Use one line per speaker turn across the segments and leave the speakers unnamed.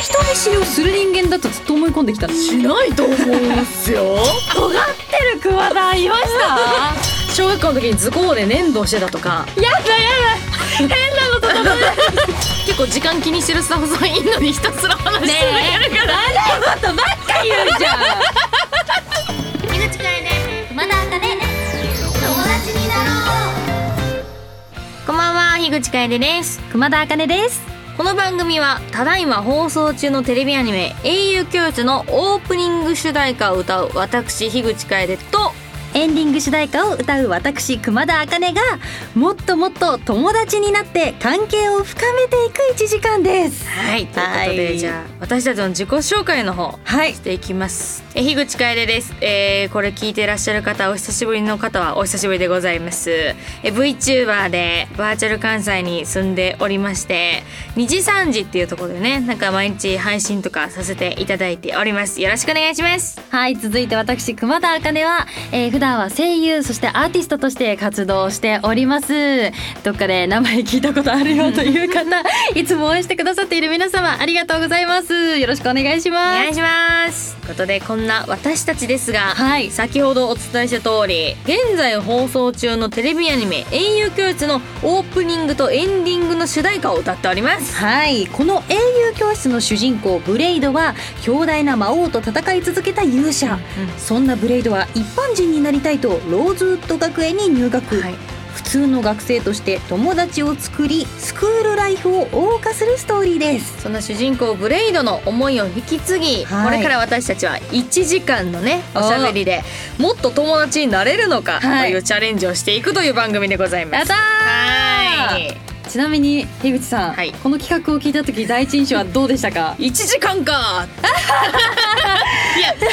人見知りをする人間だとずっと思い込んできた尖っ
しないと思うんです よ
てるクワダいました
小学校の時に図工で粘土してたとか
やだやだ変なことだね
結構時間気にしてるスタッフさんいんのにひたすら話し
え
続けるから、
あことばっか言う じゃん
井口楓熊田茜友達になろうこんばんは樋口楓です
熊田茜です
この番組はただいま放送中のテレビアニメ「英雄教室」のオープニング主題歌を歌う私樋口楓と
エンディング主題歌を歌う私熊田茜がもっともっと友達になって関係を深めていく1時間です
はいということで、
はい
じゃあ私たちの自己紹介の方
はい
していきますえ樋口楓です、えーこれ聞いていらっしゃる方お久しぶりの方はお久しぶりでございますえ VTuber でバーチャル関西に住んでおりまして2時3時っていうところでねなんか毎日配信とかさせていただいておりますよろしくお願いします
はい続いて私熊田茜は、えー、普段は声優そしてアーティストとして活動しておりますどっかで名前聞いたことあるよという方いつも応援してくださっている皆様ありがとうございますよろしくお願いし
お
ま
願い
す
しますということでこんな私たちですが、
はい
先ほどお伝えした通り現在放送中のテレビアニメ「英雄教室」のオープニングとエンディングの主題歌を歌っております
はいこの英雄教室の主人公ブレイドは強大な魔王と戦い続けた勇者、そんなブレイドは一般人になりたいとローズウッド学園に入学、
はい
普通の学生として友達を作りスクールライフを謳歌するストーリーです
そんな主人公ブレイドの思いを引き継ぎ、
はい
これから私たちは1時間のねおしゃべりでもっと友達になれるのかと
はい
いうチャレンジをしていくという番組でございます。
た
はい
ちなみに樋口さん、
はい
この企画を聞いた時第一印象はどうでしたか
1時 間かいや友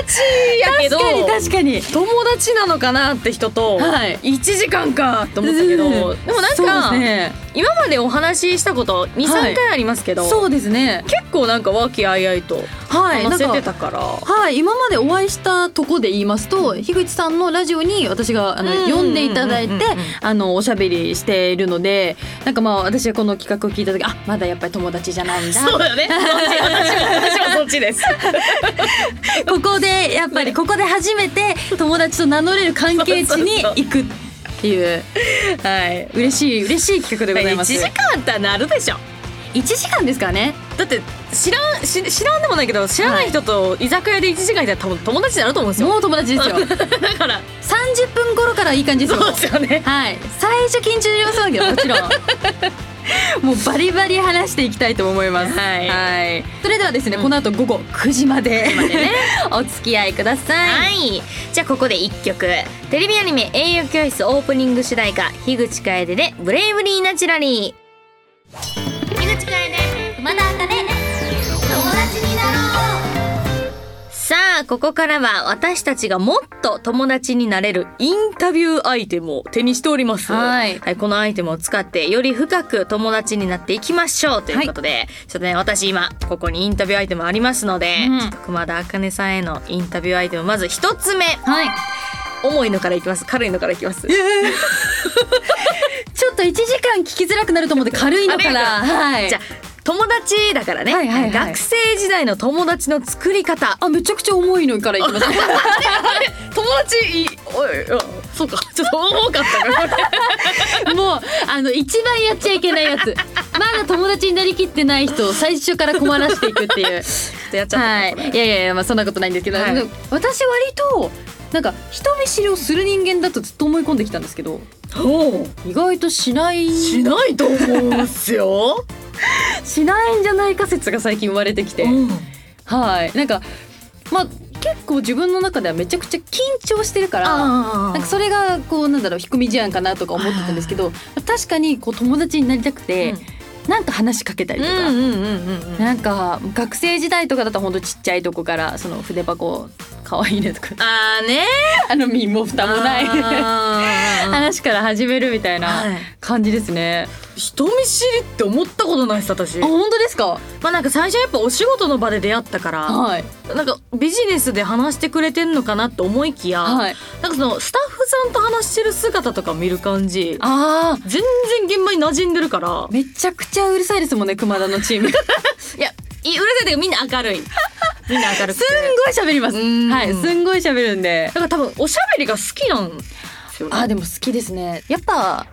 達やけど
確かに
友達なのかなって人と、
はい
1時間かと思ったけど、
うん
でもなん
そう
か、
ですね
今までお話ししたこと
は
23
い
回ありますけど、
そうですね
結構なんか和気あいあいと
はい
話せ
な
て
んか
たから。
はい今までお会いしたとこで言いますと樋口さんのラジオに私があの
うんうんうんうん
呼んでいただいてあのおしゃべりしているのでなんかまあ私はこの企画を聞いた時あまだやっぱり友達じゃないんだ
そうだよね。私も私もそっちです。
ここでやっぱりここで初めて友達と名乗れる関係値に行くっていう
はい。
嬉しい嬉しい企画でござい
1
ます
時間あったらなるでしょ。
1時間ですからね
だって知らんし知らんでもないけど知らない人と居酒屋で1時間いたら多分友達になると思うんですよ。
もう友達ですよ
だから
30分頃からいい感じです
そ
よ
うですよね。
はい最初緊張要素だけども ちろんもうバリバリ話していきたいと思います
はい
はいそれではですね、
うん
この後午後9時までお付き合いください、
はい。じゃあここで1曲。テレビアニメ英雄教室オープニング主題歌樋口楓でブレイブリーナチュラリー。
井口楓熊田茜友達になろう
さあ、ここからは私たちがもっと友達になれるインタビューアイテムを手にしております。
はい
このアイテムを使ってより深く友達になっていきましょうということで、ちょっとね、私今、ここにインタビューアイテムありますので、
うん
ちょっと熊田茜さんへのインタビューアイテム、まず一つ目。
はい、
重いのからいきます。軽いのからいきます。
ちょっと1時間聞きづらくなると思うんで軽いのから
軽い
はい
じゃあ、友達だからね、
はいはいはい
学生時代の友達の作り 方。
あめちゃくちゃ重いのからいきます
友達い、おい、あそうか、 ちょっと重かったから。
もうあの一番やっちゃいけないやつまだ友達になりきってない人を最初から困らせていくっていう
ちょっとやっちゃった
は
ねこれ
い、いやいやいや、まあ、そんなことないんですけど、
はい
でも私割となんか人見知りをする人間だとずっと思い込んできたんですけど
おう
意外としない
しないと思うんすよ。
しないんじゃないか説が最近生まれてきて、
うん
はいなんかまあ結構自分の中ではめちゃくちゃ緊張してるから
あ
なんかそれがこうなんだろう引っ込み思案かなとか思ってたんですけど確かにこう友達になりたくて、なんか話しかけたり
うん
とか、
うんうんうんうん。
なんか学生時代とかだったらほんとちっちゃいとこからその筆箱かわいいねとか
あーね。
あの身も蓋もない
あ
話から始めるみたい
ー
な感じですね。
い。人見知りって思ったことないです
あ
私。ま
本当ですか。
あなんか最初やっぱお仕事の場で出会ったから、
はい
なんかビジネスで話してくれてんのかなって思いきや、
はい。
なんかそのスタッフさんと話してる姿とか見る感じ、
ああ
全然現場に馴染んでるから。
めちゃくちゃうるさいですもんね熊田のチーム。
いや、い浦先生がみんな明るい みんな明るく
す
て
んごい喋ります。
うん
はい、すんごい喋るんで
だ。から多分おしゃべりが好きなんですよね
あ、でも好きですね。やっぱ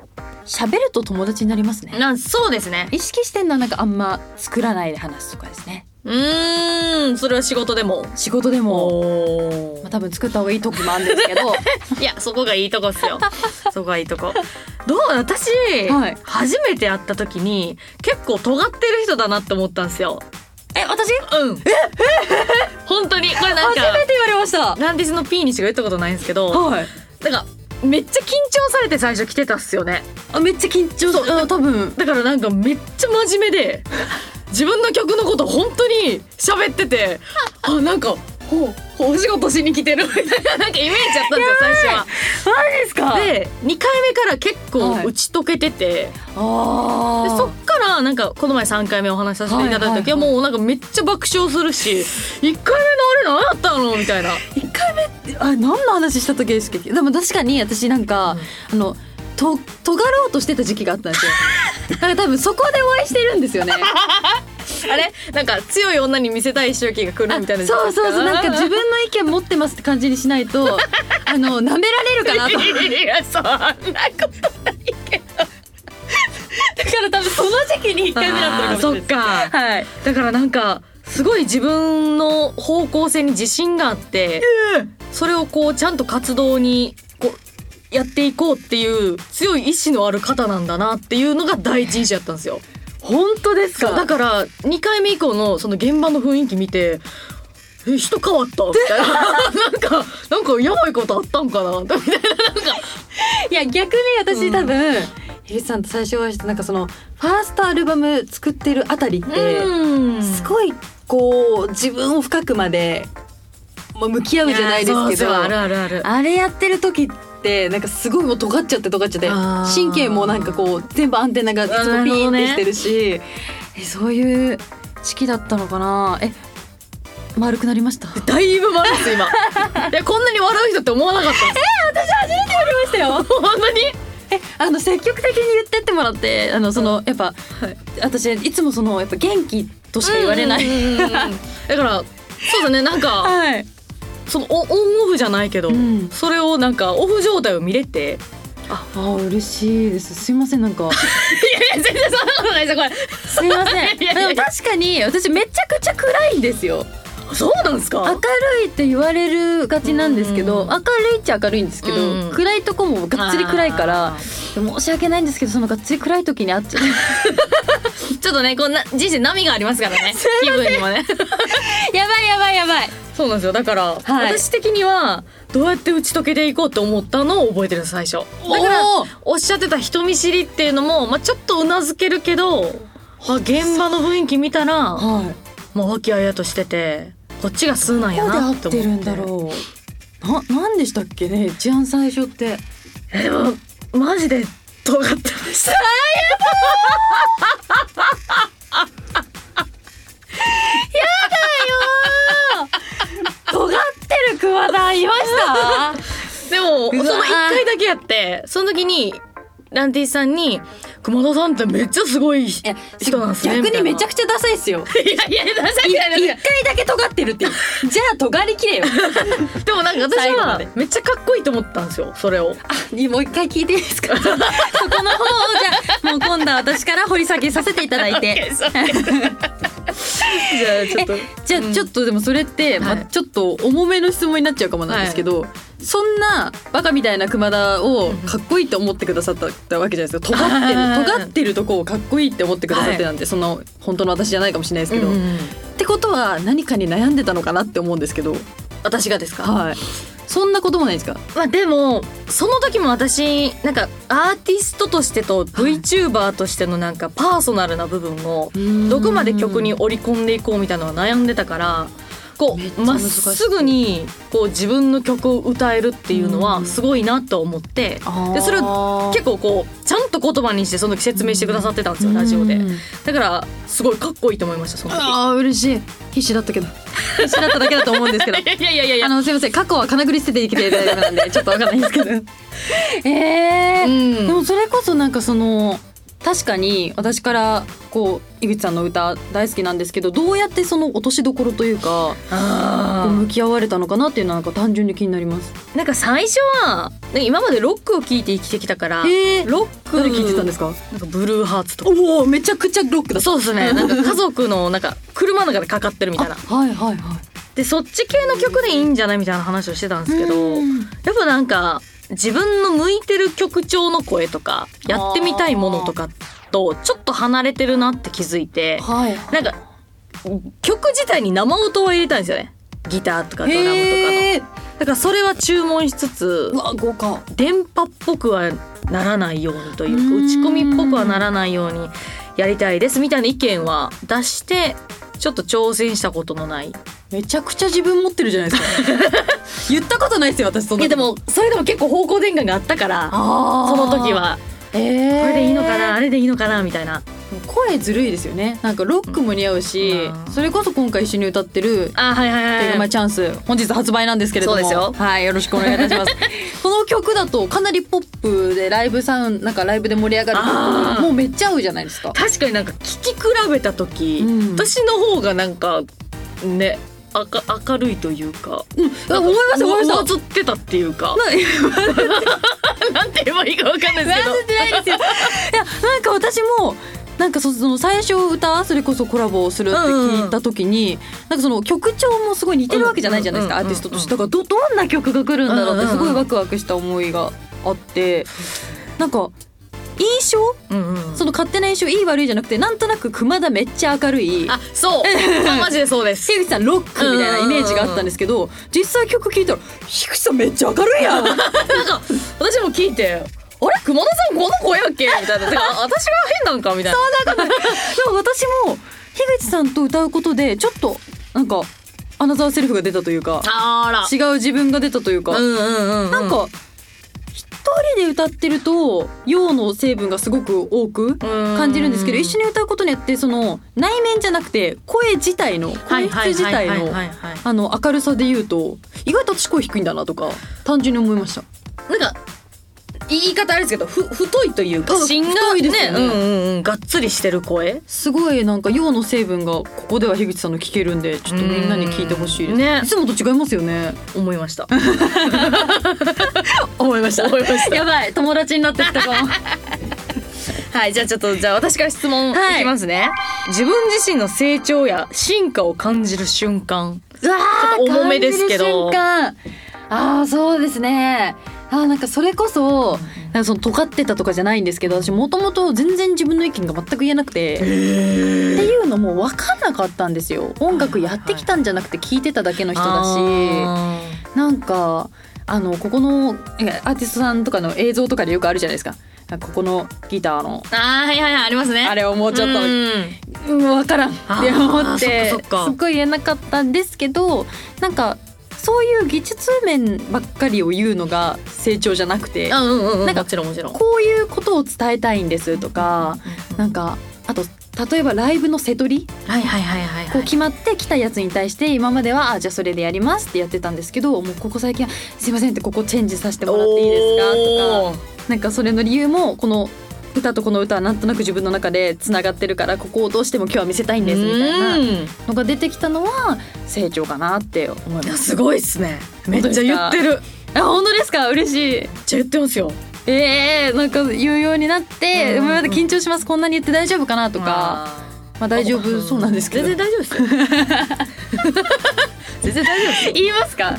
喋ると友達になりますね。
なんそうですね
意識してんのはなんかあんま作らないで話すとかですね。
うーんそれは仕事でも
仕事でも、
お
まあ、多分作った方がいい時もあるんですけど。
いやそこがいいとこっ すよそこがいいとこどう私、
はい
初めて会った時に結構尖ってる人だなって思ったんですよ
え、私
うん本当にこれなん
初
か
めて言われました。
ランディスの P にしか言ったことないんですけど
はい。
なんかめっちゃ緊張されて最初来てたっすよね
あ、めっちゃ緊張する。あ、多分。
だからなんかめっちゃ真面目で自分の曲のこと本当に喋って てあなんかほうお仕事しに来てるみた いななんかイメージだったんですよ最初は。
何ですかで、
で2回目から結構打ち解けてて、
あ
で
あ。
そっからなんかこの前3回目お話しさせていただいた時は
はいはい
もうなんかめっちゃ爆笑するし1回 目のあれ何だったのみ たいな。
一回目あ何の話した時ですっけでも確かに私なんか、あのと尖ろうとしてた時期があったん ですよだから多分そこでお会いしてるんです よね
あれなんか強い女に見せたい周期が来るみたいな
そうそうそうなんか自分の意見持ってますって感じにしない とあの舐められるかなとだ
いやそんなこと
から多分その時期に一回目だったのかもしれ
そ
な
っ
い
か
はい
だからなんかすごい自分の方向性に自信があってそれをこうちゃんと活動にこうやっていこうっていう強い意志のある方なんだなっていうのが第一印象やったんですよ。
本当です
そうだ
か
から2回目以降のその現場の雰囲気見てえ人変わったみたい ななんかなんかやばいことあったんかなみたい
いや逆に私多分、ひりさんと最初お会いしてなんかそのファーストアルバム作ってるあたりって、
な。
すごいこう自分を深くまで、まあ、向き合うじゃないですけ
そうそう
ど
あるあるある。
あれやってる時ってなんかすごいもう尖っちゃって尖っちゃって
あー
神経もなんかこう全部アンテナがいつもピーンってしてるしえそういう時期だったのかなえ丸くなりました
だいぶ丸いです今いやこんなに笑う人って思わなかったん です
ありましたよ
本当に
えあの積極的に言ってってもらってあのそのやっぱ、私いつもそのやっぱ元気としか言われない、
うんうんうんうんだからそうだねなん か
はい
そのオンオフじゃないけ ど、
うん
それをなんかオフ状態を見れて
あ嬉しいですすいませんなんか
いや全然そんなことないですよこ
すいません
いやいや
でも確かに私めちゃくちゃ暗いんですよ
れそうなんです
明
か
るいって言われるがちなんですけど、
うん
明るいっちゃ明るいんですけど、
うん
暗いとこもがっつり暗いから
あ
申し訳ないんですけどそのがっつり暗い時に会っ ちゃう
ちょっとねこんな人生波があり ますからね気分にもね
やばいやばいやばい
そうなんですよだから、
はい
私的にはどうやって打ち解けていこうと思ったのを覚えてるんです最初だ
だ
か
からら
おっしゃってた人見知りっていうのも、まあ、ちょっとうなずけるけど、あ、現場の雰囲気見たら、も
はいう
和気あいあいとしてて、こっちが素なんや
どこで
な
合
って思って。
ってるんだろうななんでしたっけね一番最初って
えでも、マジで尖ってました。
尖ってるクワダ いました
で
う
も、
わー
その一回だけやって、その時に、ランティさんに、熊田さんってめっちゃすごい人なんですね。
逆にめちゃ
く
くちゃダサいっすよ
ちゃ。いやいや、ダサいや
一回だけ尖ってるっていうじゃあ尖りき れよ
でもなんか私
最後ま
は
で、
めっちゃかっこいいと思ったんですよ、それを。
もう一回聞いていいです かそこの方をじゃあもう今度は私から掘り下げさせていただいて
じゃあ、ちょっと。
じゃあちょっとでもそれって、まあ
はい
ちょっと重めの質問になっちゃうかもなんですけど、そんなバカみたいな熊田をかっこいいと思ってくださったわけじゃないですか尖って
はい
る尖ってるとこをかっこいいって思ってくださってなんで、その本当の私じゃないかもしれないですけど、っ
うん
てことは何かに悩んでたのかなって思うんですけど
私がですか
はいそんなこともないですか
まあでもその時も私なんかアーティストとしてと VTuber としてのなんかパーソナルな部分をどこまで曲に織り込んでいこうみたいなのは悩んでたからこ
めっち
う
ゃ
まっ
難しそう
すぐにこう自分の曲を歌えるっていうの
う
は
ん
すごいなと思ってでそれ
を
結構こうちゃんと言葉にしてその時説明してくださってたんですよラジオでだからすごいかっこいいと思いましたその時。
ああ嬉しい必死だったけど必死だっただけだと思うんですけど
いやいやいやい
あ
や
のすいません過去は金繰り捨てて生きていただいた なんでちょっとわかんないんですけどえ
う
ー
ん
でもそれこそなんかその確かに私からこう井口さんの歌大好きなんですけどどうやってその落としどころというかこう向き合われたのかなっていうのはなんか単純に気になります。
なんか最初はね今までロックを聴いて生きてきたから
へー
ロック
誰聞いてたんですすか？
なんかブルーハーツとか
おおめちゃくちゃロックだ。
そうですねなんか家族のなんか車の中でかかってるみたいな
はいはいはい。
でそっち系の曲でいいんじゃないみたいな話をしてたんですけど
うん
やっぱなんか自分の向いてる曲調の声とかやってみたいものとかとちょっと離れてるなって気づいて
はい。
なんか曲自体に生音は入れたんですよねギターとかドラムとかの
へえ。
だからそれは注文しつつ
うわ豪華。
電波っぽくはならないようにというか
うーん
打ち込みっぽくはならないようにやりたいですみたいな意見は出してちょっと挑戦したことのないい
めちゃくちゃ自分持ってるじゃないです か。言ったことないですよ私そんな。
やで。もそれでも結構方向転換があったから
ああ。
その時。は
ええ。
これでいいのかなあれでいいのかなみたいな
声ずるいですよね。なんかロックも似合うし、
うん
それこそ今回一緒に歌ってる
あはいはい
映画
は
前
い
チャンス本日発売なんですけれども
そうですよ
はいよろしくお願いいたします この曲だとかなりポップでライブサウンドなんかライブで盛り上がる
あー
もうめっちゃ合うじゃないですか
確かになんか聞き比べた時、
うん
私の方がなんかねあか明るいというか
あ思いました思いました
上ずってたっていうか
な
なんて言えばいいかわかんないですけど
上ずってないですよいやなんか私もなんかそその最初歌それこそコラボをするって聞いた時に、なんかその曲調もすごい似てるわけじゃないじゃないですか、
うんうん
ア
うん
ーティストとしてだからどどんな曲が来るんだろうってすごいワクワクした思いがあってなんか印象
うんうん
その勝手な印象いい悪いじゃなくてなんとなく熊田めっちゃ明るい
あそうあマジでそうです
樋口さんロックみたいなイメージがあったんですけど実際曲聴いたら「樋口さんめっちゃ明るいやん!」
なんか私も聞いて「あれ熊田さんこの子やっけ?」みたいな「てか私が変なんか」みたいな
でも私も樋口さんと歌うことでちょっとなんかアナザーセルフが出たというか
あら
違う自分が出たというか、
うんうんうん
なんか一人で歌ってると陽の成分がすごく多く感
感
じるんですけど一緒に歌うことによってその内面じゃなくて声自体の声質自体のあの明るさで言うと意外と私声低いんだなとか単純に思いました
なんか言い方あれですけどふ太いというか
うん
芯が
太いです
ね
よ
う
ね
んうんうんがっつりしてる声
すごいなんか陽の成分がここでは樋口さんの聞けるんでちょっとみんなに聞いてほしいです、
うんね
いつもと違いますよね
思いました
思いました
思いまし た
やばい友達になってきたか も
はいじゃあちょっとじゃあ私から質問い
はい
きますね自分自身の成長や進化を感じる瞬間
うわー
ちょっと重めですけど
感じる瞬間あーそうですねあーなんかそれこそなんかその尖ってたとかじゃないんですけど私もともと全然自分の意見が全く言えなくてっていうのも分かんなかったんですよ音楽やってきたんじゃなくて聞いてただけの人だし、
あ
なんかあのここのえアーティストさんとかの映像とかでよくあるじゃないですかなんかここのギターの
ーあーはいはいはいありますね
あれをもうちょっと
うん
うん分からんって思って
あーそっかそっか
すっごい言えなかったんですけどなんかそういう技術面ばっかりを言うのが成長じゃなくて
うんうんうん
なんか
もちろんもちろん。
こういうことを伝えたいんですとかなんかあと例えばライブの瀬取り
はいはいはいはいは
こう
い。
決まってきたやつに対して今まではあじゃあそれでやりますってやってたんですけどもうここ最近はすいませんってここチェンジさせてもらっていいですかとか
か
なんかそれの理由もこの歌とこの歌はなんとなく自分の中でつながってるからここをどうしても今日は見せたいんですみたいなのが出てきたのは成長かなって思い
い
ま
や
す。
すごいっすね。めっちゃ言ってる。め
あ
っ
本当ですか嬉しい。
ちゃ言ってますよ。
ええなんか言うようになって、
うん
まだ緊張しますこんなに言って大丈夫かなとか、まあ大丈夫そうなんですけど。
全然大丈夫ですよ。全然大丈夫です
言いますか。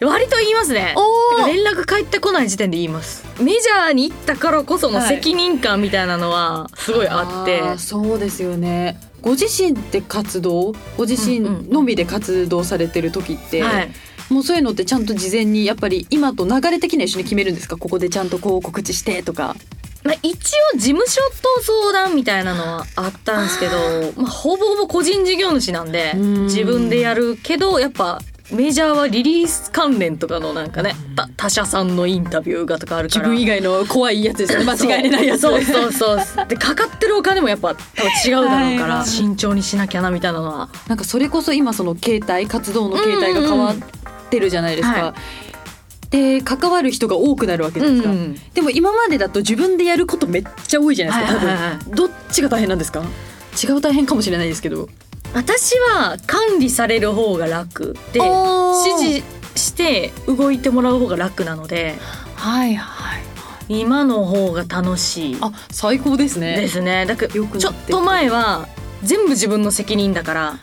よ。 割と言いますね。
おお。
連絡返ってこない時点で言います。メジャーに行ったからこその責任感みたいなのはすごいあって。
ーそうですよね。ご自身で活動、ご自身のみで活動されてる時って、
はい。
もうそういうのってちゃんと事前にやっぱり今と流れ的には一緒に決めるんですか。ここでちゃんとこう告知してとか。
まあ、一応事務所と相談みたいなのはあったんですけど、まあ、ほぼほぼ個人事業主なんで
うん
自分でやるけどやっぱメジャーはリリース関連とかのなんかねた他社さんのインタビューがとかあるか
自
ら
分以外の怖いやつですね。間
そう
違えれないやつ。
そうそうそうでかかってるお金もやっぱ多分違うだろうか
は
ら
い
慎重にしなきゃなみたいなのは
なんかそれこそ今その携帯活動の携帯が変わってるじゃないですか。
うんうんうんは
で関わる人が多くなるわけですか、
うん
でも今までだと自分でやることめっちゃ多いじゃないですか、
はいはいはい
多分どっちが大変なんですか違う大変かもしれないですけど
私は管理される方が楽で指示して動いてもらう方が楽なので
はいはい
今の方が楽しい
あ最高ですね
ですねだからち
よくなってき
ょ
た
っと前は全部自分の責任だから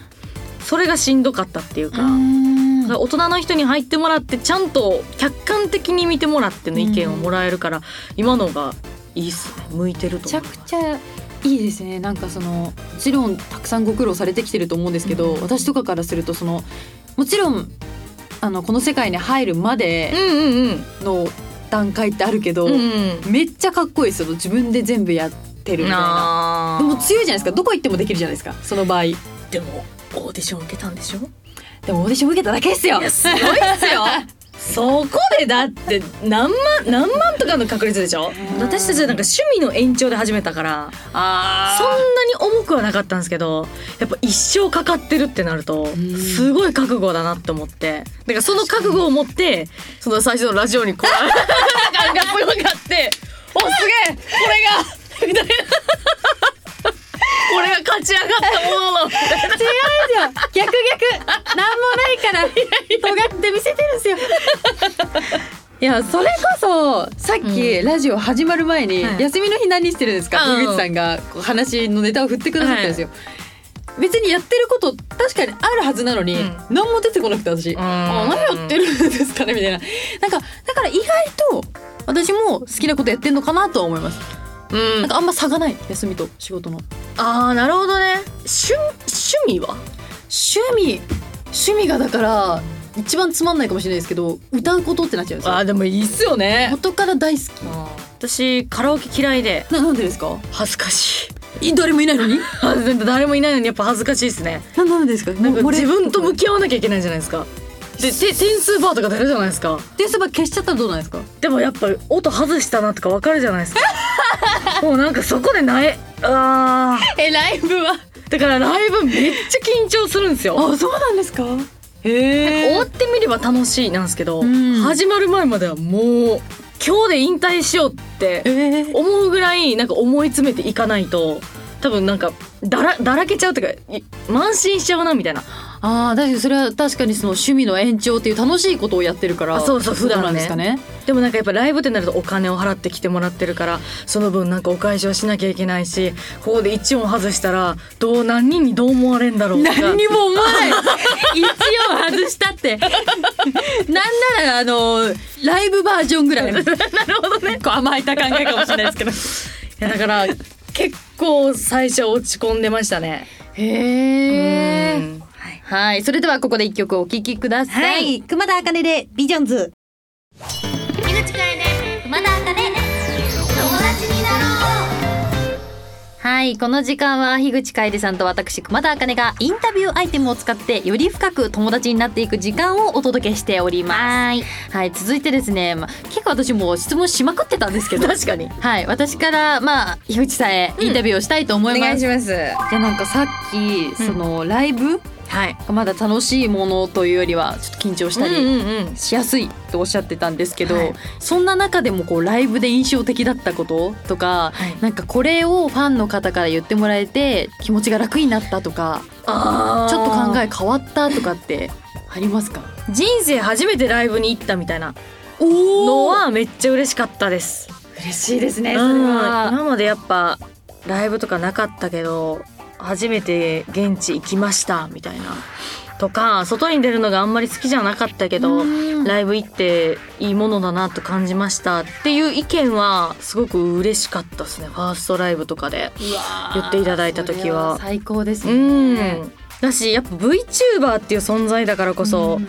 それがしんどかったっていうか
うーん
だから大人の人に入ってもらってちゃんと客観的に見てもらっての意見をもらえるから、今のがいいっすね向いてる
め
と
ち
思
ゃ
いま
く
す
ちゃいいですねなんかそのもちろんたくさんご苦労されてきてると思うんですけど、
うん
私とかからするとそのもちろんあのこの世界に入るまで
うんうんうん
の段階ってあるけど、
うんうん
めっちゃかっこいいですよ自分で全部やってるみたいな。
な
でも強いじゃないですかどこ行ってもできるじゃないですかその場合で
でもオーディション受けたんでしょ
もオーディション受けただけですよ
いやすごいっすよ そこでだって何万何万とかの確率でしょ私たちはなんか趣味の延長で始めたから
あ
そんなに重くはなかったんですけどやっぱ一生かかってるってなると
ん
すごい覚悟だなって思ってだからその覚悟を持ってその最初のラジオにこ う感がすごくあって「おすげえこれが!」みたいな。これが勝ち上がったもののみたいな
逆逆なんもないから尖って見せてるんですよいやそれこそさっきラジオ始まる前に、
はい
休みの日何してるんですか
うん
野口さんがこう話のネタを振ってくださったんですよ、別にやってること確かにあるはずなのに、
うん
何も出てこなくて私「あお前やってるんですかね」みたいななんかだから意外と私も好きなことやってんのかなとは思います、
うん
なんかあんま差がない休みと仕事の
ああなるほどね趣趣味は
趣味趣味がだから一番つまんないかもしれないですけど歌うことってなっちゃうんですよ
ーでもいいっすよね
元から大好き
私カラオケ嫌いで
ななんでですか
恥ずかしい
い誰もいないのに
あ誰もいないのにやっぱ恥ずかしいですね
ななんでですか
なんか
もう
自分と向き合わなきゃいけないじゃないですかでて点数バーとか出るじゃないですか
でそば消しちゃったらどうなんですか
でもやっぱ音外したなとかわかるじゃない ですかもうなんかそこでないあ
えライブは
ーだからライブめっちゃ緊張するんですよ
あそうなんですかへ
終
え
わってみれば楽しいなんですけど、
うん
始まる前まではもう今日で引退しようって
えー、
思うぐらいなんか思い詰めていかないと多分なんかだらだらけちゃうというかい慢心しちゃうなみたいな
ああ確かにそれは確かにその趣味の延長っていう楽しいことをやってるから
あそうそう
普段
普段は
なん
ね
ですかね
でもなんかやっぱライブってなるとお金を払ってきてもらってるからその分なんかお返しをしなきゃいけないしここで一音外したらどう何人にどう思われんだろうとか
何にも思わない一応外したってなんならあのライブバージョンぐらいのなるほどね甘えた考えかもしれないですけど
いやだから結構最初落ち込んでましたね。
へ
う
え。
んはい
はい。それではここで一曲お聴きください。
はい熊田茜でビジョンズ
井口楓熊田茜友達になろう
はい。この時間は、樋口楓さんと私、熊田茜がインタビューアイテムを使って、より深く友達になっていく時間をお届けしております。はい。続いてですね、まあ、結構私もう質問しまくってたんですけど、
確かに
はい。私から、まあ、樋口さんへインタビューをしたいと思います。
ます
じゃあなんかさっき、その、ライブ
はい。
がまだ楽しいものというよりは、ちょっと緊張したり、
うんうん
しやすいとおっしゃってたんですけど、
はい
そんな中でもこうライブで印象的だったこととか、
はい
なんかこれをファンの方から言ってもらえて気持ちが楽になったとか
あ
ちょっと考
え
え変わったとかってありますか
人生初めてライブに行ったみたいなの
お
はめっちゃ嬉しかったです。
嬉しいですねそれ
うん
は。
今までやっぱライブとかなかったけど初めて現地行きましたみたいなとか外に出るのがあんまり好きじゃなかったけどライブ行っていいものだなと感じましたっていう意見はすごく嬉しかったですねファーストライブとかで。言っていただいた時は
それ最高です
う
ね。
んだしやっぱ VTuber っていう存在だからこそ、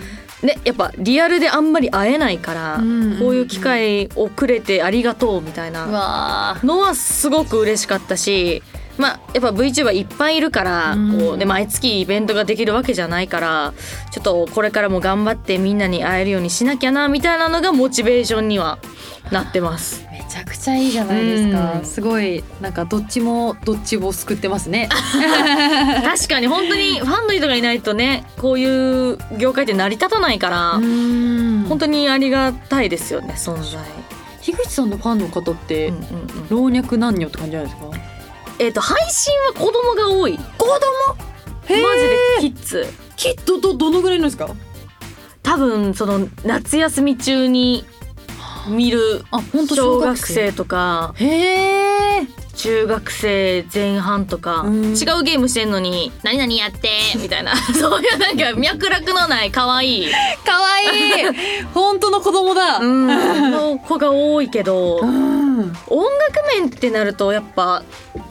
ね、やっぱリアルであんまり会えないから、
うん
こういう機会をくれてありがとうみたいな
うわー
のはすごく嬉しかったし、まあ、やっぱ VTuber いっぱいいるから、
うん
こうで毎月イベントができるわけじゃないからちょっとこれからも頑張ってみんなに会えるようにしなきゃなみたいなのがモチベーションにはなってます。
めちゃくちゃいいじゃないですか、
うん
すごいなんかどっちもどっちを救ってますね
確かに本当にファンの人がいないとねこういう業界って成り立たないから、
うん
本当にありがたいですよね存在、
樋口さんのファンの方って、
うんうんうん
老若男女って感じじゃないですか
えっ、と配信は子供が多い子供マジでキッズ
きっとどどのぐらいなんですか
多分その夏休み中に見る
あ本当
小学生とか
へえ
中学生前半とか
うん
違うゲームしてんのに「何々やって」みたいな そういうなんか脈絡のない可愛い
かわいい 本当の子供だ
の子が多いけど
うん
音楽面ってなるとやっぱ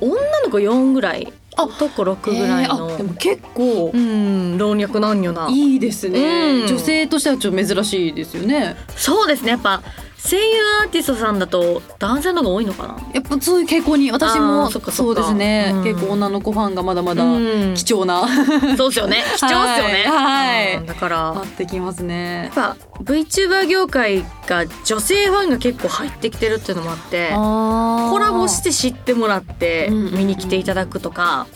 女の子4ぐらい
あ
男6ぐらい
へーあ
の
でも結構
うん老若男女ない
いですね、
うん
女性としてはちょっと珍しいですよね
そうですねやっぱ声優アーティストさんだと男性の方が多いのかな
やっぱそういう傾向に私
あ
も
ーそっか
そ
そっ
う
か
ですね、
うん
結構女の子ファンがまだまだ
うん
貴重な、
そうですよね貴重ですよね
はいはい
うんだから
あってきますね
やっぱ VTuber 業界が女性ファンが結構入ってきてるっていうのもあってコ
コ
ラボして知ってもらって
うんうんうん
見に来ていただくとか、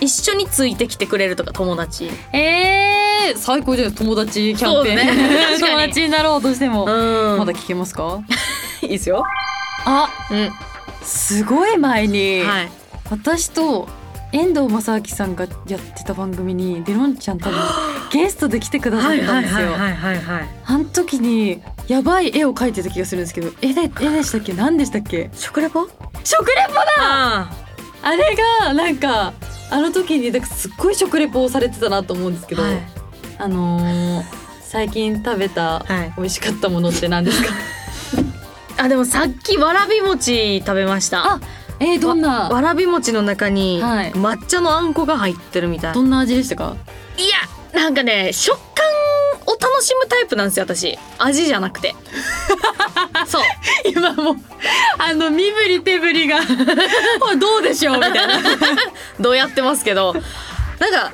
一緒についてきてくれるとか友達
えー、最高じゃない友達キャンペーン、
そうね確かに
友達になろうとしても、
ん
ま
ま
だ
だ
聞けますか
いいですよ、
あ
うん
すごい前に、
はい、
私と遠藤正明さんがやってた番組にデロンちゃん 多分ゲストで来てくださったんですよ。
いはいは
あ
い
の時にやばい絵を描いてた気がするんですけど絵で絵でしたっけ何でしたっけ
食レポ
食レポ
あ
あれがなんかあの時になんかすっごい食レポをされてたなと思うんですけど、
はい
あのー最近食べた
はい
美味しかったものって何ですか
あでもさっきわらび餅食べました
あ えー、どんな
わわらび餅の中に
はい
抹茶のあんこが入ってるみたい、
どんな味でしたか
い、やなんかね食感を楽しむタイプなんですよ私味じゃなく てそう
今もうあの身振り手振りがおい どうでしょうみたいな
どうやってますけどなんか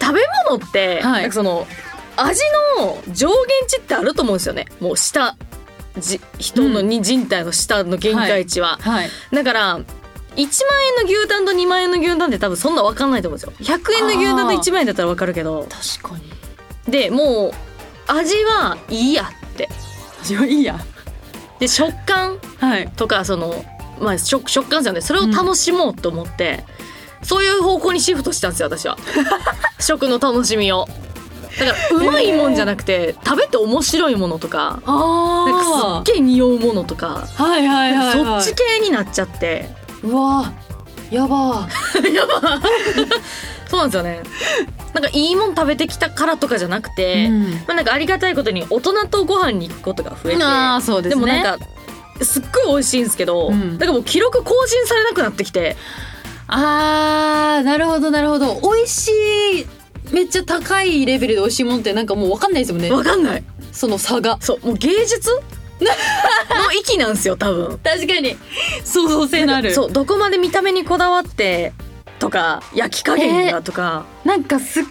食べ物って、
はい
なんかその味の上限値ってあると思うんですよねもう下じ人のに人体の下の限界値は、
はい
だから1万円の牛タンと2万円の牛タンって多分そんな分かんないと思うんですよ100円の牛タンと1万円だったら分かるけど
確かに
でもう味はいいやって
私はいいや
で食感
はい
とかその、まあ、食食感ですよねそれを楽しもうと思って、そういう方向にシフトしたんですよ 私は食の楽しみをだからうまいもんじゃなくて、食べて面白いものとかな
あ
んかすっげえ匂うものとか、
あはいはいはい、はい、
そっち系になっちゃって
うわ やばー
そうなんですよねなんかいいもん食べてきたからとかじゃなくて、
うん
まあ、なんかありがたいことに大人とご飯に行くことが増えて
ああそうですね
でもなんかすっごい美味しいんですけど、
うん
なんかもう記録更新されなくなってきて
あーなるほどなるほど美味しいめっちゃ高いレベルで美味しいもんってなんかもう分かんないですもんね
わかんない
その差が
そうもう芸 術の域なんですよ多分
確かに創造性のある
そうどこまで見た目にこだわってとか焼き加減がとか、
なんかすっ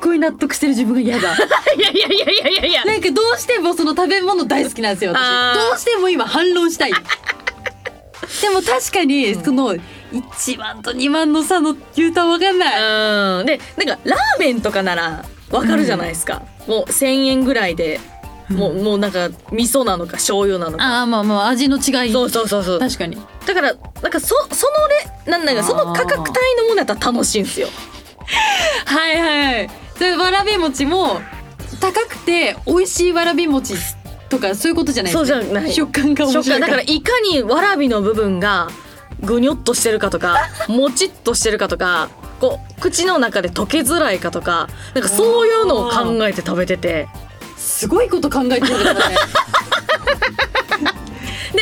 ごい納得してる自分が嫌 だ
いやいやいやいやいやいや
なんかどうしてもその食べ物大好きなんですよ
あ
私
ー
どうしても今反論したいでも確かにその1万と2万の差の牛タンわかんない、
うんでなんかラーメンとかならわかるじゃないですか、もう1,000円ぐらいで、もうもうなんか味噌なのか醤油なのか
ああまあまあ味の違い
そうそうそうそう
確かに
だからなんかそそのれなんなんかその価格帯のものやったら楽しいんですよ
はいはいはいそれわらび餅も高くて美味しいわらび餅とかそういうことじゃない
そうじゃない
食感が面
食
白い
感だからいかにわらびの部分がぐにょっとしてるかと かもちっとしてるかとかこう口の中で溶けづらいかとかなんかそういうのを考えて食べてて
すごいこと考えてるからね
で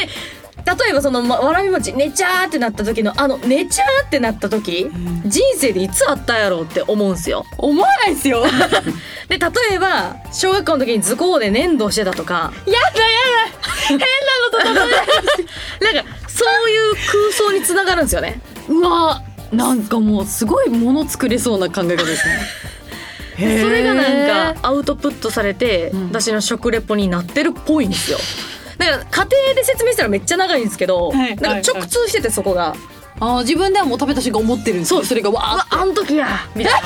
例えばその、ま、わらび餅ねちゃーってなった時のあのねちゃーってなった時人生でいつあったやろうって思うんすよ。
思わないですよやだや
で例えば小学校の時に図工で粘土してたとか
だ変なのとか
なんかそういう空想につながるんですよね。
うわなんかもうすごいもの作れそうな考え方ですね
それがなん
か
かアウトプットされて、
ん
私の食レポになってるっぽいんですよ。
だから家庭で説明したらめっちゃ長いんですけど、
はい
なんか直通しててそこが、
あー自分ではもう食べた瞬間思ってるんですよそれがわー
うわあん時やみたい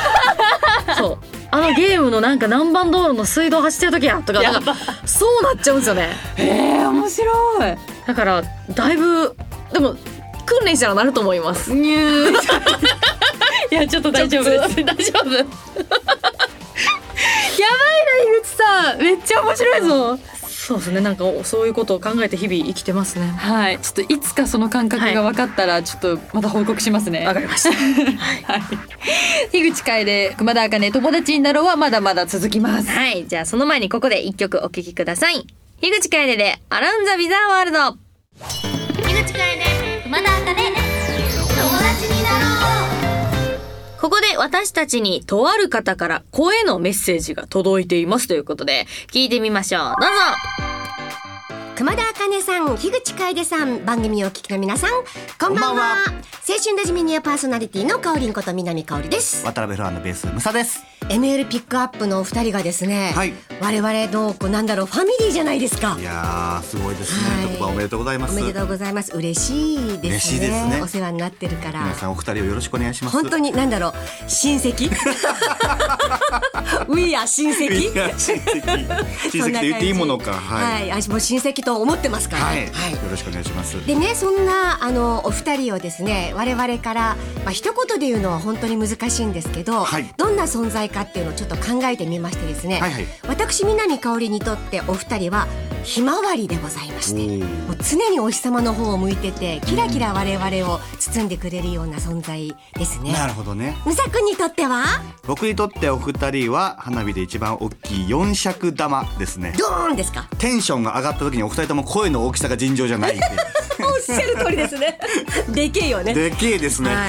なそうあのゲームのなんか南蛮道路の水道走ってる時やとかなんかそうなっちゃうんですよね
えー、面白い
だからだいぶでも訓練したらなると思います
ニューいやちょっと大丈夫です
大丈夫
井口さんめっちゃ面白いぞ
そうですねなんかそういうことを考えて日々生きてますね
はいちょっといつかその感覚が分かったらちょっとまた報告しますね
わかりました
はい樋口楓熊田茜友達になろうはまだまだ続きます
はい。じゃあ、その前にここで一曲お聴きください。樋口楓で、アランザ・ビザーワールド。
井口楓熊田茜友達になろう
ここで私たちにとある方から声のメッセージが届いていますということで、聞いてみましょう。どうぞ
熊田茜さん、樋口楓さん、番組をお聞きの皆さん、こんばんは。青春ラジメニアパーソナリティのかおりんこと南かおりです。
渡辺フランのベースムサです
ML ピックアップのお二人がですね、
はい
我々のこうなんだろうファミリーじゃないですか
い。やーすごいですね、
はい
特番おめでとうございま
お
す
めでとうございます。嬉しいですね。
嬉しいですね
お世話になってるから。
皆さんお二人をよろしくお願いします
本当
に
になんだろう親 戚 We are 親戚
親戚親戚と言っていいものか
は
はい
い、私も親戚と思ってますから、
はい、よろしくお願いします
でねそんなあのお二人をですね我々から、まあ、一言で言うのは本当に難しいんですけど、
はい
どんな存在かっていうのをちょっと考えてみましてですね、
はいはい
私南香織にとってお二人はひまわりでございまして
おー
もう常にお日様の方を向いててキラキラ我々を包んでくれるような存在ですね。
なるほどね
むさくんにとっては
僕にとってお二人は花火で一番大きい四尺玉ですね
ドーンですか
テンションが上がった時にお二人とも声の大きさが尋常じゃないっていう
おっしゃる通りですねでけえよね
でけえですね、
は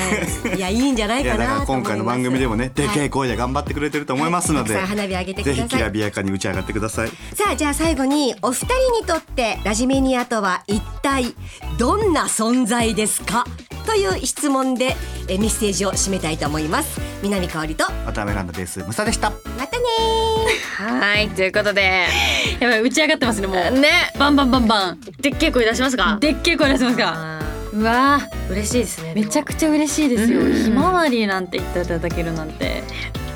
い、いやいいんじゃないい
や
か
だか
な
ら
と思います
今回の番組でもねでけえ声で頑張ってくれてると思いますので、
はいたくさん花火上げてください
ぜひきらびやかに打ち上がってください
さあじゃあ最後にお二人にとってラジメニアとは一体どんな存在ですかという質問でえメッセージを締めたいと思います南香織と
渡辺ランドベースムサでした
またね
はい。ということで、
やばい打ち上がってますねもう
ね。
バンバンバンバン
でっけえ声出しますか
でっけえ声出しますか
あ
うわー
ー嬉しいですね。
めちゃ
ち
くちゃ嬉しいですよ。
うん
ひまわりなんて言っていただけるなんて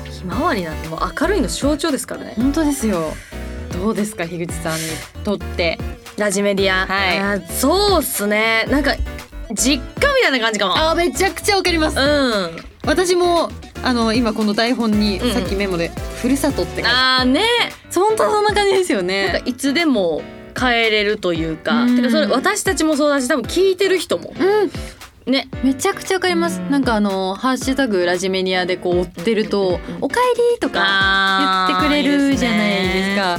ゃひまわりなんてもう明るいの象徴ですからね。
本当ですよ。どうですか樋口さんにとって。
ラジメディア。
はい
い。そうっすね。なんか、実家みたいな感じかも。
あめちゃくちゃわかります。
うん。
私もあの今この台本に
うんうん
さっきメモでふるさとって書いてあ
あーね。
る。本当そんな感じですよ
なん
ね。
かいつでも帰れるというか。
うん
てかそれ私たちもそうだし、多分聞いてる人も。うん。ね。
めちゃくちゃわかります。なんかあのハッシュタグラジメニアでこう追ってると
うんうんうん
おかえりとか言ってくれるじゃないですか。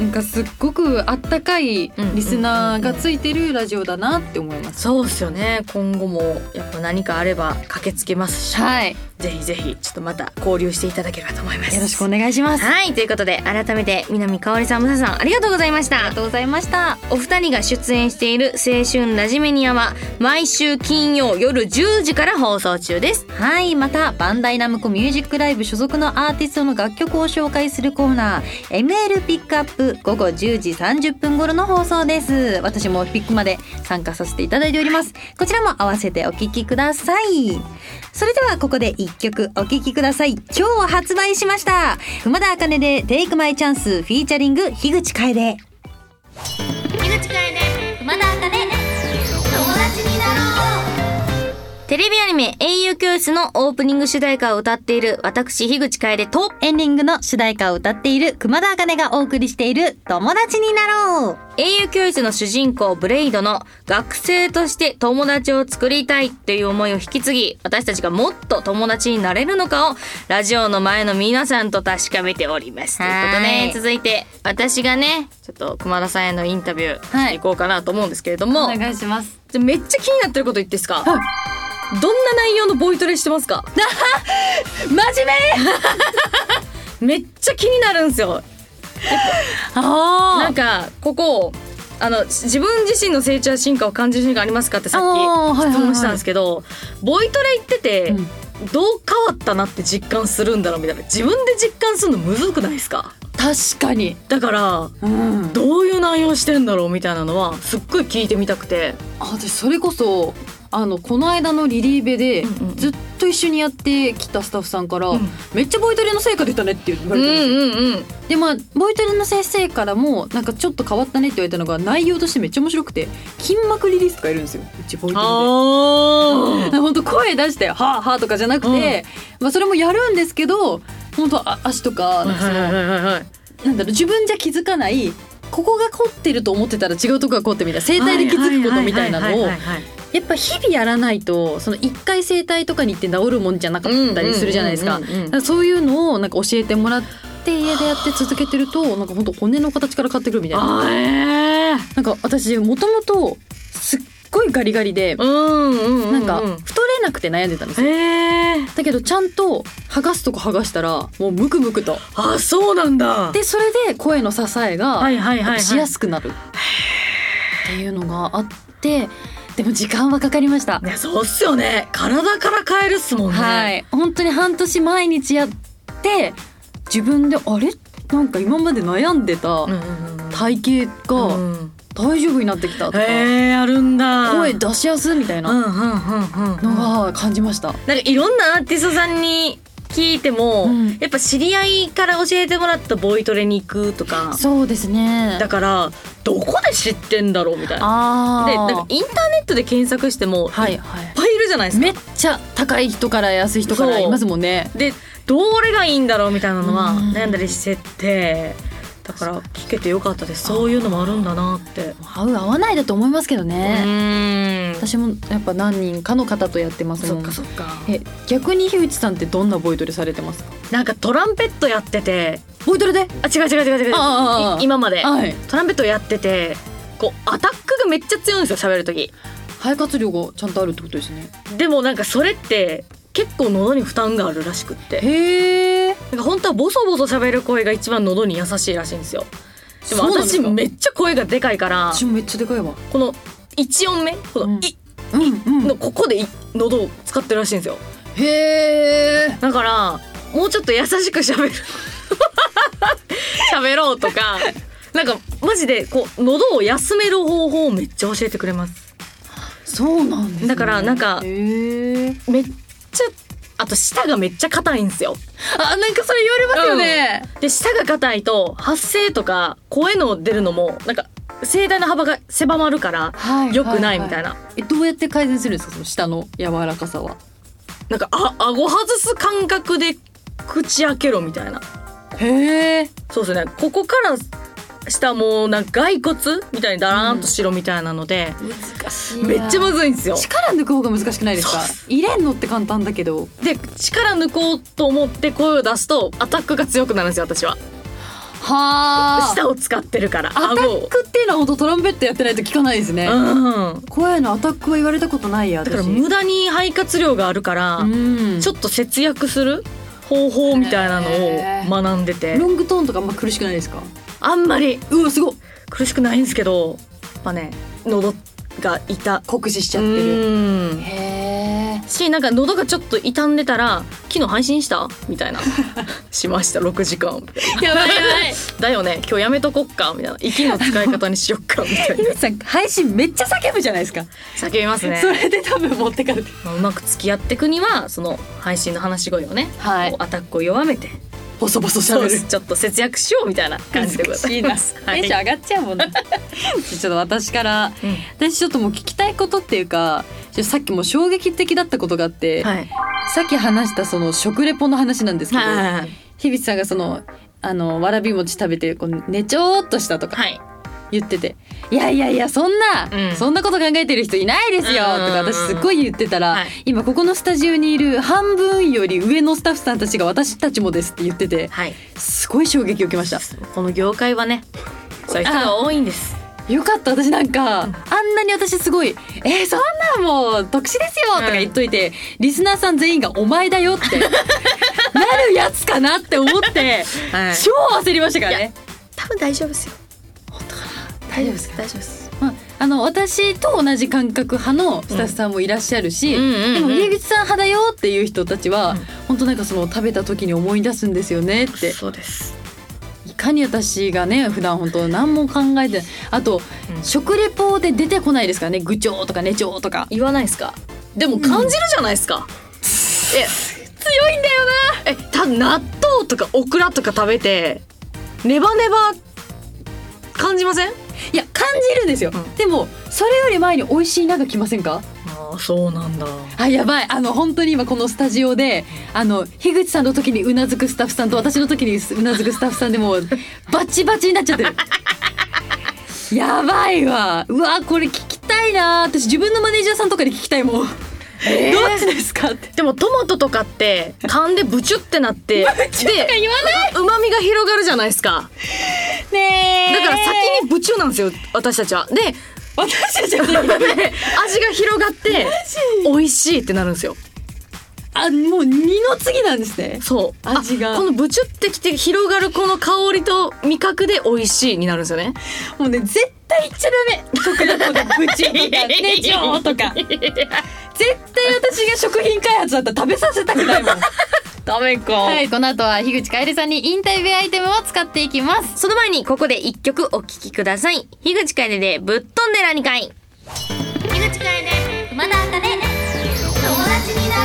なんかすっごくあったかいリスナーがついてるラジオだなって思います。
そうっすよね今後もやっぱ何かあれば駆けつけますし、
はい、
ぜひぜひちょっとまた交流していただければと思います
よろしくお願いします。
はいということで改めて南かおりさんむささんありがとうございましたありがとうございましたお二人が出演している青春ラジメニアは毎週金曜夜10時から放送中です
はい、また、バンダイナムコミュージックライブ所属のアーティストの楽曲を紹介するコーナー、ML ピックアップ午後10時30分頃の放送です。私もピックまで参加させていただいております。こちらも合わせてお聴きください。それではここで一曲お聴きください。今日発売しました。熊田茜で Take My Chance フィーチャリング樋口楓。
井口楓熊田茜友達になろう
テレビアニメ英雄教室のオープニング主題歌を歌っている私樋口楓と
エンディングの主題歌を歌っている熊田茜がお送りしている友達になろう。
英雄教室の主人公ブレイドの学生として友達を作りたいという思いを引き継ぎ私たちがもっと友達になれるのかをラジオの前の皆さんと確かめておりますと
はい
いうことで続いて私がねちょっと熊田さんへのインタビューしていこうかなと思うんですけれども、
願いします。
でめっちゃ気になってること言っていいですか、どんな内容のボイトレしてますか 真面目 めっちゃ気になるんですよ
あ
なんかここあの自分自身の成長や進化を感じる瞬間ありますかってさっ
あーはいはいはい
き質問したんですけど、ボイトレ行ってて、
うん
どう変わったなって実感するんだろうみたいな自分で実感するのむずくないですか
あ、確かに。
だから
うん。
どういう内容してんだろうみたいなのはすっごい聞いてみたくて
あ私それこそあのこの間のリリーベで、
うんうん
ずっと一緒にやってきたスタッフさんから、
うん
めっちゃボイトレの成果出たねって言わ
う
れて、
うんうん
でまあボイトレの先生からもなんかちょっと変わったねって言われたのが内容としてめっちゃ面白くて筋膜リリースとかいるんですようちボイトレで。
あ
本当声出して「はあはあ」とかじゃなくて、まあ、それもやるんですけど本当あ足とかなんかその なんだろう自分じゃ気づかないここが凝ってると思ってたら違うとこが凝ってみたいな整体で気づくことみたいなのをやっぱ日々やらないとその一回整体とかに行って治るもんじゃなかったりするじゃないですか。だからそういうのをなんか教えてもらって家でやって続けてるとなんか本当骨の形から買ってくるみたいな。
あえ
なんか私もともとすっごいガリガリで
ー、うんうん
なんか太れなくて悩んでたんですよ。
えー、
だけどちゃんと剥がすとこ剥がしたらもうムクムクと。
あそうなんだ
でそれで声の支えが
はいはいはい、はい、
しやすくなるっていうのがあってでも時間はかかりました、
ねそうっすよね体から変えるっすもんね
はい本当に半年毎日やって自分であれなんか今まで悩んでた
うんうんうん
体型
う
が
ん
大丈夫になってきたとか、
へえあるんだ
声出しやすいみたい
うんうん
な
うんうんうん
のが感じました、
なんかいろんなアーティストさんに聞いても、
うん
やっぱ知り合いから教えてもらったボイトレに行くとか
そうですね
だからどこで知ってんだろうみたいな。
ああ
でなんかインターネットで検索してもいっ
はいはい
ぱいいるじゃないですか。
めっちゃ高い人から安い人からいますもんね
でどれがいいんだろうみたいなのは
うん
悩んだりしててだから聞けてよかったですそういうのもあるんだなって。
合う合わないだと思いますけど
う
ね、
ーん
私もやっぱ何人かの方とやってます
そ
も
っ
ん
かそっか。
え逆に樋口さんってどんなボイトレされてますか
なんかトランペットやってて
ボイトレで
あ違う違う違う違う
ああああ
い今まで
はい
トランペットやっててこうアタックがめっちゃ強いんですよ喋る時
肺活量がちゃんとあるってことですね
でもなんかそれって結構喉に負担があるらしくって
へえ
なんか本当はボソボソ喋る声が一番喉に優しいらしいんですよでも
そうなんです
私
か
めっちゃ声がでかいから
私もめっちゃでかいわ
この1音目
う
この
ん
「い」
うんうん
のここでい喉を使ってるらしいんですよ
へえ
だからもうちょっと優しく喋る 喋ろうとかなんかマジでこう喉を休める方法をめっちゃ教えてくれます
そうなんです、ね、
だからなんか
へえ
めっちゃあと舌がめっちゃ硬いんですよ
あなんかそれ言われますよね、
で舌が硬いと発声とか声の出るのもなんか声帯の幅が狭まるから
は
良くないみたいな、
えどうやって改善するんですかその下の柔らかさは
なんかあ顎外す感覚で口開けろみたいな
へえ
そうですねここから下もうなんか骸骨みたいにだらーんとしろみたいなので、
難し
めっちゃむずいんですよ
力抜く方が難しくないですか入れんのって簡単だけど
で力抜こうと思って声を出すとアタックが強くなるんですよ私は
はあ
舌を使ってるから
アタ
顎
ッ
を
クっていうのは本当トランペットやってないと聞かないですね、
うん
声のアタックは言われたことないや
だ
私
から無駄に肺活量があるから、
うん
ちょっと節約する方法みたいなのを学んでて
ロングトーンとかあんま苦しくないですか
あんまり
うわすごい
苦しくないんですけどやっぱね喉が痛
酷使しち
ち
ゃってる
る
へえ
しなんか喉がちょっと痛んでたら「昨日配信した?」み たいな「しました6時間」みたいな
やばいやばい
だよね今日やめとこっか」みたいな「息の使い方にしよっか」みたいな
樋口さん配信めっちゃ叫ぶじゃないですか、
叫びますね
それで多分持ってかれて
まあうまく付き合っていくにはその配信の話し声をね、
は
こうアタックを弱めて
ボソボソしゃ
そう
べ
で
る
すちょっと節約しようみたい な感じでございます。は
テ
い
ンション上がっちゃうもん なちょっと私から、
うん
私ちょっともう聞きたいことっていうかちょっとさっきも衝撃的だったことがあって、
はい。
さっき話したその食レポの話なんですけど、
はい。
樋口さんがそのあのわらび餅食べてこう寝ちょーっとしたとか
はい。
言ってて「いやいやいやそんな、
うん
そんなこと考えてる人いないですよ」と
うんうんうん
か私すっごい言ってたら、
はい
今ここのスタジオにいる半分より上のスタッフさんたちが私たちもですって言ってて
はい。
すごい衝撃を受けました。
この業界はね、そういう人が多いんです。
よかった私なんか、あんなに私すごい「えー、そんなんもう特殊ですよ」とか言っといて、リスナーさん全員が「お前だよ」って なるやつかなって思って
はい
超焦りましたからね。
多分大丈夫ですよ。本当かな。大丈夫です。大丈夫です。
まあ、あの私と同じ感覚派のスタッフさんもいらっしゃるし、
うんうんうんうん
でも家口さん派だよっていう人たちは、本当なんかその食べた時に思い出すんですよねって
そうです。
いかに私がね普段本当何も考えてないあと、食レポで出てこないですからね愚痴とか寝帳とか
言わないですかでも感じるじゃないですか、え強いんだよなえた納豆とかオクラとか食べてネバネバ感じません
いや感じるんですよ、
うん
でもそれより前に美味しいなんか来ませんか
ああそうなんだ
あやばいあの本当に今このスタジオであの樋口さんの時にうなずくスタッフさんと私の時にうなずくスタッフさんでもうバッチバチになっちゃってるやばいわうわこれ聞きたいな私自分のマネージャーさんとかに聞きたいもん、どっちですか って
でもトマトとかって噛んでブチュってなって ブチュとか言わないうまみが広がるじゃないですかねだから先にブチュなんですよ私たちはで
私たちはね
で味が広がって美味しいってなるんですよ
あもう二の次なんですね
そうあ
味が
このブチュってきて広がるこの香りと味覚で美味しいになるんですよね
もうね絶対言っちゃダメ食レポでブチとかネジョ とか絶対私が食品開発だったら食べさせたくないも ん
ダメか。
はい、この後は樋口かえりさんにインタビューアイテムを使っていきます。
その前にここで一曲お聴きください。樋口楓でぶっ飛んでら2回。
井口楓熊田茜友達になろ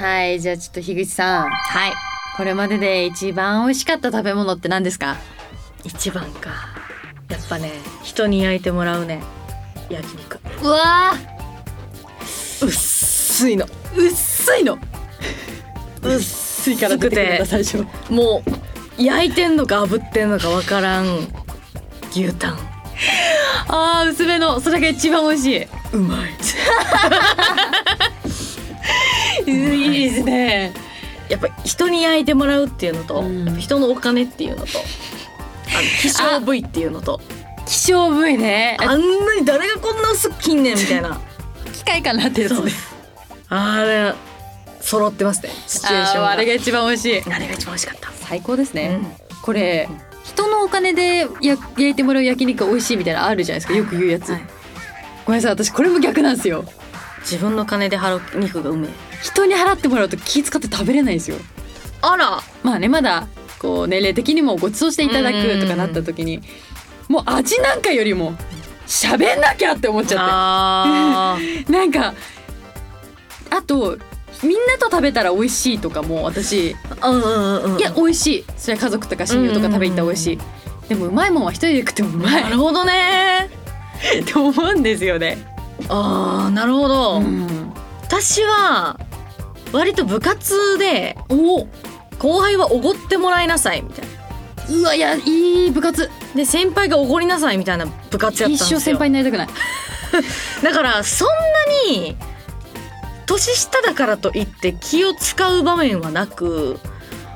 う
はい、じゃあちょっと樋口さん、
はい。
これまでで一番美味しかった食べ物って何ですか
一番かやっぱね人に焼いてもらうね焼肉
うわ
薄いの
薄いの
薄い
から出てくるんだ
薄く
最初
てもう焼いてんのか炙ってんのかわからん牛タン
ああ薄めのそれが一番美味しいう
まい
いいですね
やっぱ人に焼いてもらうっていうのと、
うん
やっぱ人のお金っていうのとあの希少部位っていうのと
希少部位ね
あんなに誰がこんな薄く切んねんみたいな
機械かなってやつね
あれ揃ってますねシチュエーション
あ
が
ーあれが一番美味しい
あれが一番美味しかった、
最高ですね、
うん
これ人のお金でや焼いてもらう焼肉が美味しいみたいなのあるじゃないですかよく言うやつ、
はい
ごめんなさい私これも逆なんですよ
自分の金で払う肉がうめえ
人に払ってもらうと気使って食べれないんですよ
あら
まあねまだこう年齢的にもご馳走していただくとかなった時にもう味なんかよりも喋んなきゃって思っちゃっ
あー
てなんかあとみんなと食べたら美味しいとかも私
うんうんうんうん
いや美味しいそれは家族とか親友とか食べに行ったら美味しい、でもうまいもんは一人で食ってもうまい
なるほどね
って思うんですよね。
あーなるほど、私は割と部活で
お
後輩はおごってもらいなさいみたい
う
な
わいやいい部活
で先輩がおごりなさいみたいな部活やったんで
一
すよ
生先輩になりたくない。
だからそんなに年下だからといって気を使う場面はなく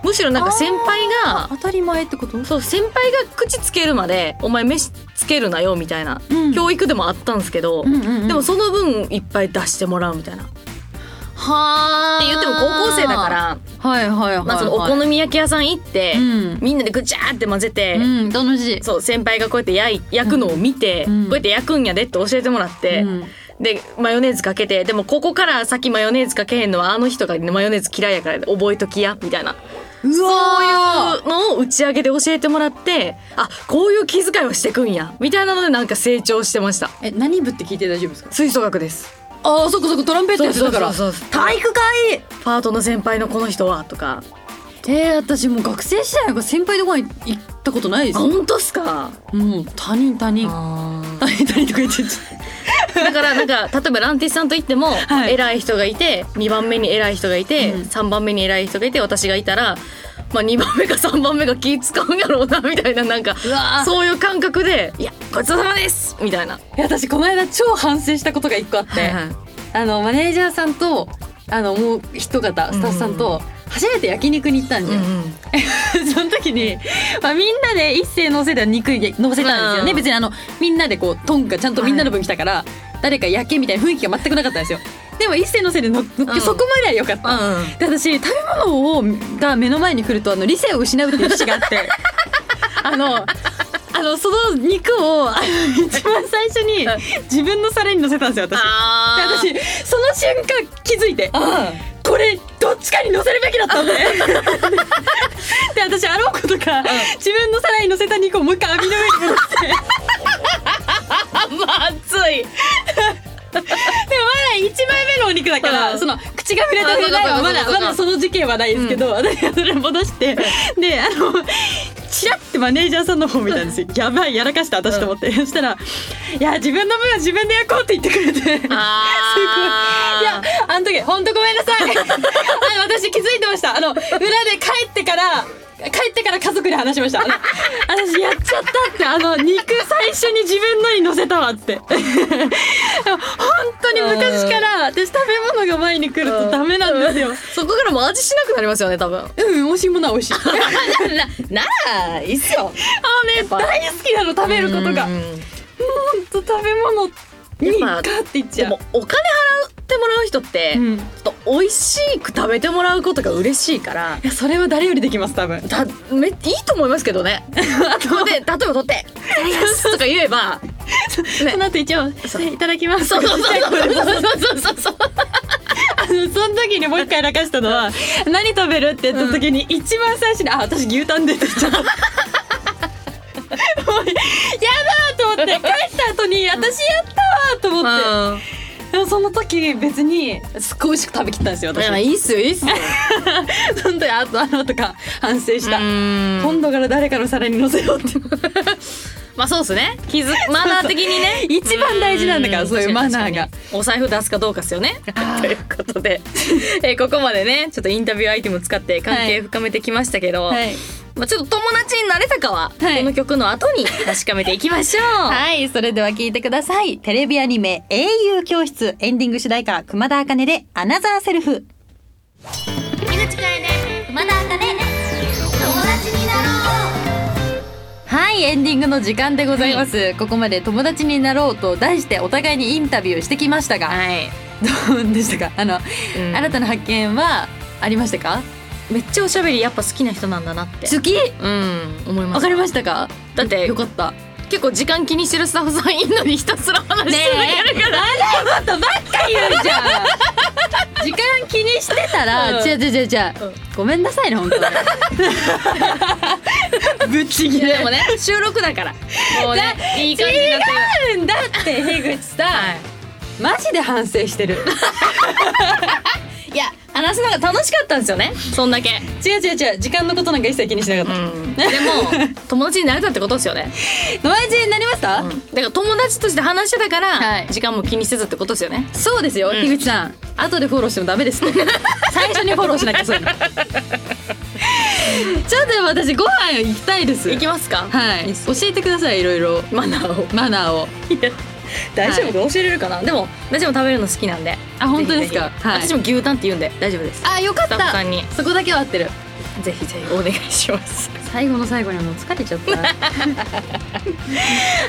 むしろなんか先輩が
当たり前ってこと？
そう先輩が口つけるまで「お前飯つけるなよ」みたいな、
うん
教育でもあったんですけど、
うんうんうん
でもその分いっぱい出してもらうみたいな。って
は
言っても高校生だから、
はいはいはい、はい。
まあ、そのお好み焼き屋さん行って、
うん
みんなでぐちゃーって混ぜて。
うん楽しい。
そう先輩がこうやって焼い焼くのを見て、
うん
こうやって焼くんやでって教えてもらって、
うん
でマヨネーズかけてでもここから先マヨネーズかけへんのはあの人がマヨネーズ嫌いやから覚えときやみたいな
うわ
そういうのを打ち上げで教えてもらってあこういう気遣いをしてくんやみたいなのでなんか成長してました
え何部って聞いて大丈夫ですか？
吹奏楽です
ああそこそこトランペットやってたから。
そうそうそう
体育会。
パートの先輩のこの人はとか
えー、私もう学生時代が先輩とこに行ったことないで
あ
すよ。
本当っすか
もう他人他人他人他人とか言っちゃっ
だからなんか例えばランティスさんと行っても、
はい
偉い人がいて2番目に偉い人がいて、3番目に偉い人がいて私がいたら、まあ、2番目か3番目が気使うんやろうなみたいななんか
わー
そういう感覚で「いやごちそうさまです!」みたいな。
た。いや私この間超反省したことが一個あって。あのマネージャーさんとあのもう一方スタッフさんと初めて焼肉に行ったんじゃん、 その時に、まあ、みんなで一斉乗せた肉に乗せたんですよね、
うん
別にあのみんなでこうトンがちゃんとみんなの分来たから、誰か焼けみたいな雰囲気が全くなかったんですよでも一斉乗せでののっけ、
うん
そこまでは良かった、
うん
で私食べ物をが目の前に来るとあの理性を失うっていう節があってあのあのその肉をあの一番最初に自分の皿に乗せたんですよ私。で
あ
私その瞬間気づいて これどっちかに乗せるべきだったんだねで私あろうことか、た肉をもう一回網の上に戻してでも
熱い
まだ一枚目のお肉だから、その口が触れた触れないはま
あ
だ
そうかそうかそうか
まだその事件はないですけど、私がそれを戻してであのチラってマネージャーさんの方見たんですよやばいやらかした私と思って、そしたら「いや自分の分は自分で焼こう」って言ってくれてすごいいや
あ
あの時本当ごめんなさいあの私気づいてましたあの裏で帰ってから帰ってから家族で話しましたあの私やっちゃったってあの肉最初に自分のに乗せたわって本当に昔から私食べ物が前に来るとダメなんですよ
そこからもう味しなくなりますよね多分
うん美味しいものは美 味しいあ
ーならいいっすよ
のね大好きなの食べることが本当食べ物にガーっていっち
で
ゃう
もお金払ってもらう人って、
うんい
ちょっと美味しく食べてもらうことが嬉しいから
やそれは誰よりできます多分
ためいいと思いますけどね あとで例えば取 って「いやいやとか言えば
その後一応いただきます
そうそうそうそうそうそうそう
あのその時にもう一回やらかしたのは「何食べる?」って言った時に一番最初に「あ私牛タンで」って言っ ちゃったもう やだーと思って帰った後に「私やったわ!」と思
うん
ってでもその時別にすっごい美味しく食べきったんですよ
い
私
やいいっすよいいっすよ
その時あとあのとか反省した今度から誰かの皿に乗せようって
まあそうっすね気づマナー的に ね
一番大事なんだからそういうマナーが
確かに確かにお財布出すかどうかっすよね ということで、えーここまでねちょっとインタビューアイテム使って関係深めてきましたけど、
はい、
まあ、ちょっと友達になれたかは、
はい
この曲の後に確かめていきま しょう
はい、それでは聞いてくださいテレビアニメ「英雄教室」エンディング主題歌熊田茜で「アナザーセルフ」
口楓熊田茜友達になろう
はい、エンディングの時間でございます。ここまで友達になろうと題してお互いにインタビューしてきましたが、
はい、
どうでしたかあの、
うん
新たな発見はありましたか
めっちゃおしゃべりやっぱ好きな人なんだなって
好き
うん思いま
わ
す
かりましたか
だって
よかった。
結構時間気にしてるスタッフさんいんのにひたすら話し続けるから、
じゃあ、時間気にしてたら、
うん
違う違う違う違う、ごめんなさいね、本当に。ぶち切
いや
れ
でもね収録だからもうねいい感じになって
違うんだって、樋口さん、マジで反省してる。
るいや話すのが楽しかったんですよねそんだけ
違う違う違う、時間のことなんか一切気にしなかった。
うんでも友達になれたってことですよね
友達になりました、
だから友達として話してたから、
はい
時間も気にせずってことですよね
そうですよ、樋口さん後でフォローしてもダメですって最初にフォローしな きゃそういうのちょっと私ご飯行きたいです
いきますか
はい教えてくださいいろいろ
マナーを
マナーを
大丈夫か、教えれるかなでも私も食べるの好きなんで
あ本当ですか
ぜひぜひ
はい
私も牛タンって言うんで大丈夫です
あよかっ
スタッフさんに
そこだけは合ってる
ぜひぜひお願いします
最後の最後にもう疲れちゃった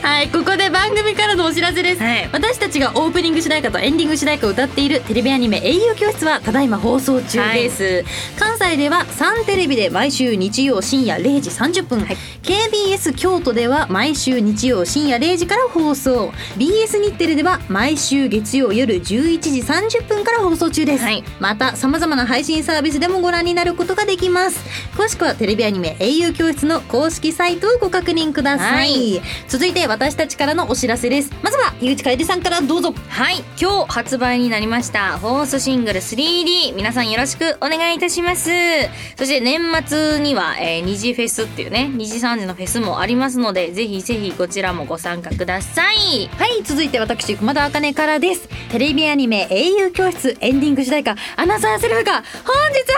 はいここで番組からのお知らせです、私たちがオープニング主題歌とエンディング主題歌を歌っているテレビアニメ「英雄教室」はただいま放送中です、関西ではサンテレビで毎週日曜深夜0時30分、KBS 京都では毎週日曜深夜0時から放送 BS 日テレでは毎週月曜夜11時30分から放送中です、また様々な配信サービスでもご覧になることができます詳しくはテレビアニメ「英雄教室」の公式サイトをご確認ください、続いて私たちからのお知らせですまずは樋口楓さんからどうぞ
はい今日発売になりましたフォースシングル 3D 皆さんよろしくお願いいたしますそして年末には、えー、二次フェスっていうね二次三次のフェスもありますのでぜひぜひこちらもご参加ください
はい続いて私熊田茜からですテレビアニメ「英雄教室」エンディング主題歌「アナザーセルフ」が本日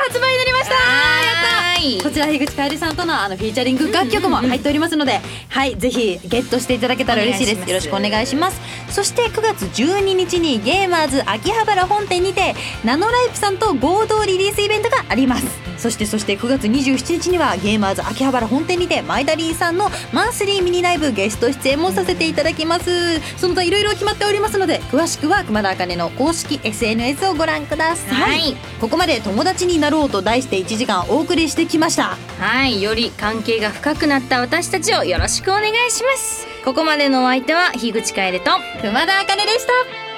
発売になりました
はい
こちら樋口楓さんとのあのフィーチャリング楽曲も入っておりますので、はいぜひゲットしていただけたら嬉しいですよろしくお願いしますそして9月12日にゲーマーズ秋葉原本店にてナノライプさんと合同リリースイベントがありますそしてそして9月27日にはゲーマーズ秋葉原本店にて前田リーさんのマンスリーミニライブゲスト出演もさせていただきますその他いろいろ決まっておりますので詳しくは熊田茜の公式 SNS をご覧ください、
はい
ここまで友達になろうと題して1時間お送りしてきました
はいより関係が深くなった私たちをよろしくお願いしますここまでのお相手は樋口楓と
熊田茜でした